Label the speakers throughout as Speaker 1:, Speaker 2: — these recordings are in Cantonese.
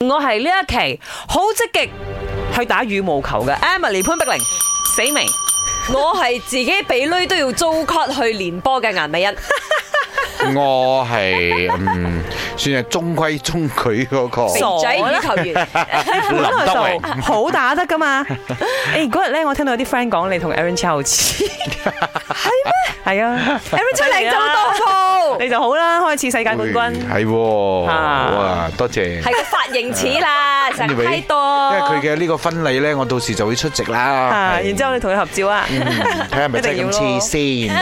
Speaker 1: 我係呢一期好積極去打羽毛球嘅 Emily 潘碧玲，死未？
Speaker 2: 我係自己俾女都要租 cut 去練波嘅顏美欣，
Speaker 3: 我係嗯，算係中規中矩嗰、個。
Speaker 1: 傻啦
Speaker 2: 肥仔羽球員，
Speaker 1: 本來
Speaker 3: 德榮
Speaker 1: 就 好打得噶嘛。 誒嗰日咧，我聽到有啲 friend 講你同 Aaron Chow 好 似，係咩？係啊，Aaron
Speaker 2: 出嚟就
Speaker 1: 多，
Speaker 3: 啊
Speaker 2: 到步，
Speaker 1: 你就好啦，開始世界冠軍。
Speaker 3: 係喎，
Speaker 1: 啊
Speaker 3: 哇！多謝。
Speaker 2: 係個髮型似啦，成日批
Speaker 3: 因為佢
Speaker 2: 多。
Speaker 3: 嘅呢個婚禮咧，我到時就會出席啦。
Speaker 1: 啊！
Speaker 3: 係
Speaker 1: 然之後你同佢合照啊。
Speaker 3: 嗯睇下係 咪真係咁黐線。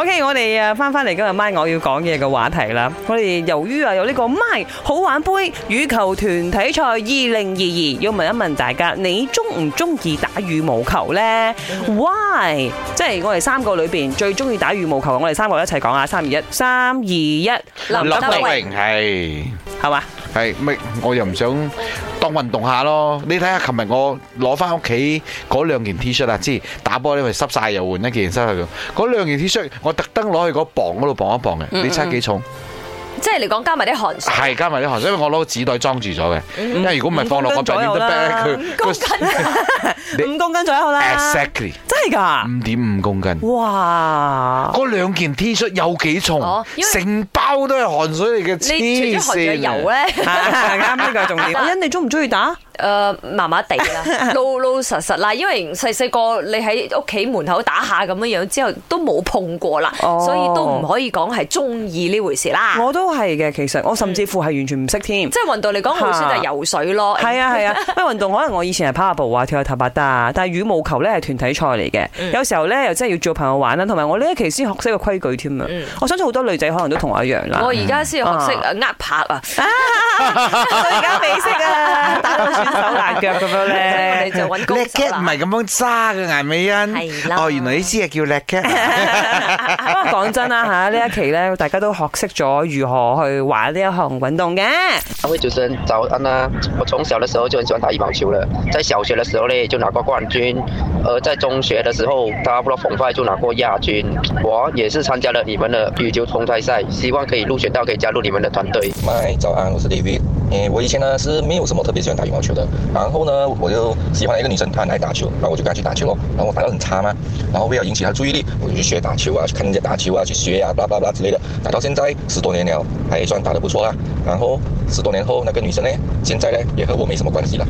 Speaker 1: OK，我哋啊翻翻嚟今日 My 我要講嘢嘅話題啦。我哋由於啊有呢個 My 好玩杯羽球團體賽二零二二，要問一問大家，你中唔中意打羽毛球呢 Why？即係我哋三個裏邊最中意打羽毛球，我哋三個一齊講啊！三二一，三二一，林
Speaker 2: 林
Speaker 3: 林
Speaker 2: 德
Speaker 3: 德
Speaker 2: 榮
Speaker 3: 榮係。
Speaker 1: 係嘛？
Speaker 3: 係咪？我又唔想當運動下咯。你睇下，琴日我攞翻屋企嗰兩件 T 恤啊，即係打波咧，咪濕晒又換一件濕去。嗰兩件 T 恤我特登攞去嗰磅嗰度磅一磅
Speaker 1: 嗯
Speaker 3: 嘅。你猜幾重？
Speaker 2: 即係嚟講加埋啲汗 水，
Speaker 3: 係加埋啲汗水，因為我攞個紙袋裝住咗嘅。
Speaker 2: 嗯
Speaker 3: 因為如果唔係放落個
Speaker 1: 五公斤左
Speaker 3: b a
Speaker 1: 右
Speaker 3: d
Speaker 1: 啦
Speaker 3: bag 咧，佢個你
Speaker 1: 五公斤左右
Speaker 2: 啊
Speaker 1: 啦。
Speaker 3: exactly
Speaker 1: 真係㗎？
Speaker 3: 五點五公斤。
Speaker 1: 哇！
Speaker 3: 嗰兩件 T 恤有幾重
Speaker 2: 哦？因為
Speaker 3: 成包都係汗水嚟嘅，
Speaker 2: 你除
Speaker 3: 黐
Speaker 2: 咗汗水
Speaker 3: 線啊
Speaker 2: 油 咧，
Speaker 1: 啱呢個係重點。阿欣，你中唔中意打？
Speaker 2: 誒麻麻地啦，老老實實啦，因為細細個你喺屋企門口打下咁樣樣之後都冇碰過啦，
Speaker 1: 哦
Speaker 2: 所以都唔可以講係中意呢回事啦。
Speaker 1: 我都係嘅，其實我甚至乎係完全唔識添。
Speaker 2: 即係運動嚟講，我會選擇游水咯。
Speaker 1: 係啊 係啊，咩運動可能我以前係跑下步啊、跳下塔巴達，但係羽毛球咧係團體賽嚟嘅，有時候咧又真係要做朋友玩啦，同埋我呢一期先學識個規矩添啊
Speaker 2: 嗯！
Speaker 1: 我相信好多女仔可能都同我一樣啦
Speaker 2: 我。而家先學識誒握拍啊，
Speaker 1: 我而家未識啊，打到損手爛腳咁樣
Speaker 2: 你
Speaker 1: 咧。
Speaker 2: 就揾高
Speaker 3: 叻
Speaker 2: 手
Speaker 3: cat 唔
Speaker 2: 啦。
Speaker 3: 係咁樣揸嘅顏美
Speaker 2: 係
Speaker 3: 欣，
Speaker 2: 啦
Speaker 3: 哦，原來呢支係叫啊叻 cat，
Speaker 1: 不過講真啦嚇，呢一期咧大家都學識咗如何去玩呢一項運動嘅。
Speaker 4: 两位主持人早安啊！我从小的时候就很喜欢打羽毛球了，在小学的时候呢就拿过冠军，而在中学的时候，差不多很快就拿过亚军。我也是参加了你们的羽球公开赛，希望可以入选到可以加入你们的团队。
Speaker 5: 麦，早安，我是 David。诶，我以前呢是没有什么特别喜欢打羽毛球的，然后呢，我就喜欢一个女生，她很爱打球，然后我就跟她去打球咯。然后我打得很差嘛，然后为了引起她注意力，我就去学打球啊，去看人家打球啊，去学啊，巴拉巴拉之类的。打到现在十多年了，还算打得不错啦。然后十多年后，那个女生呢，现在呢也和我没什么关系了。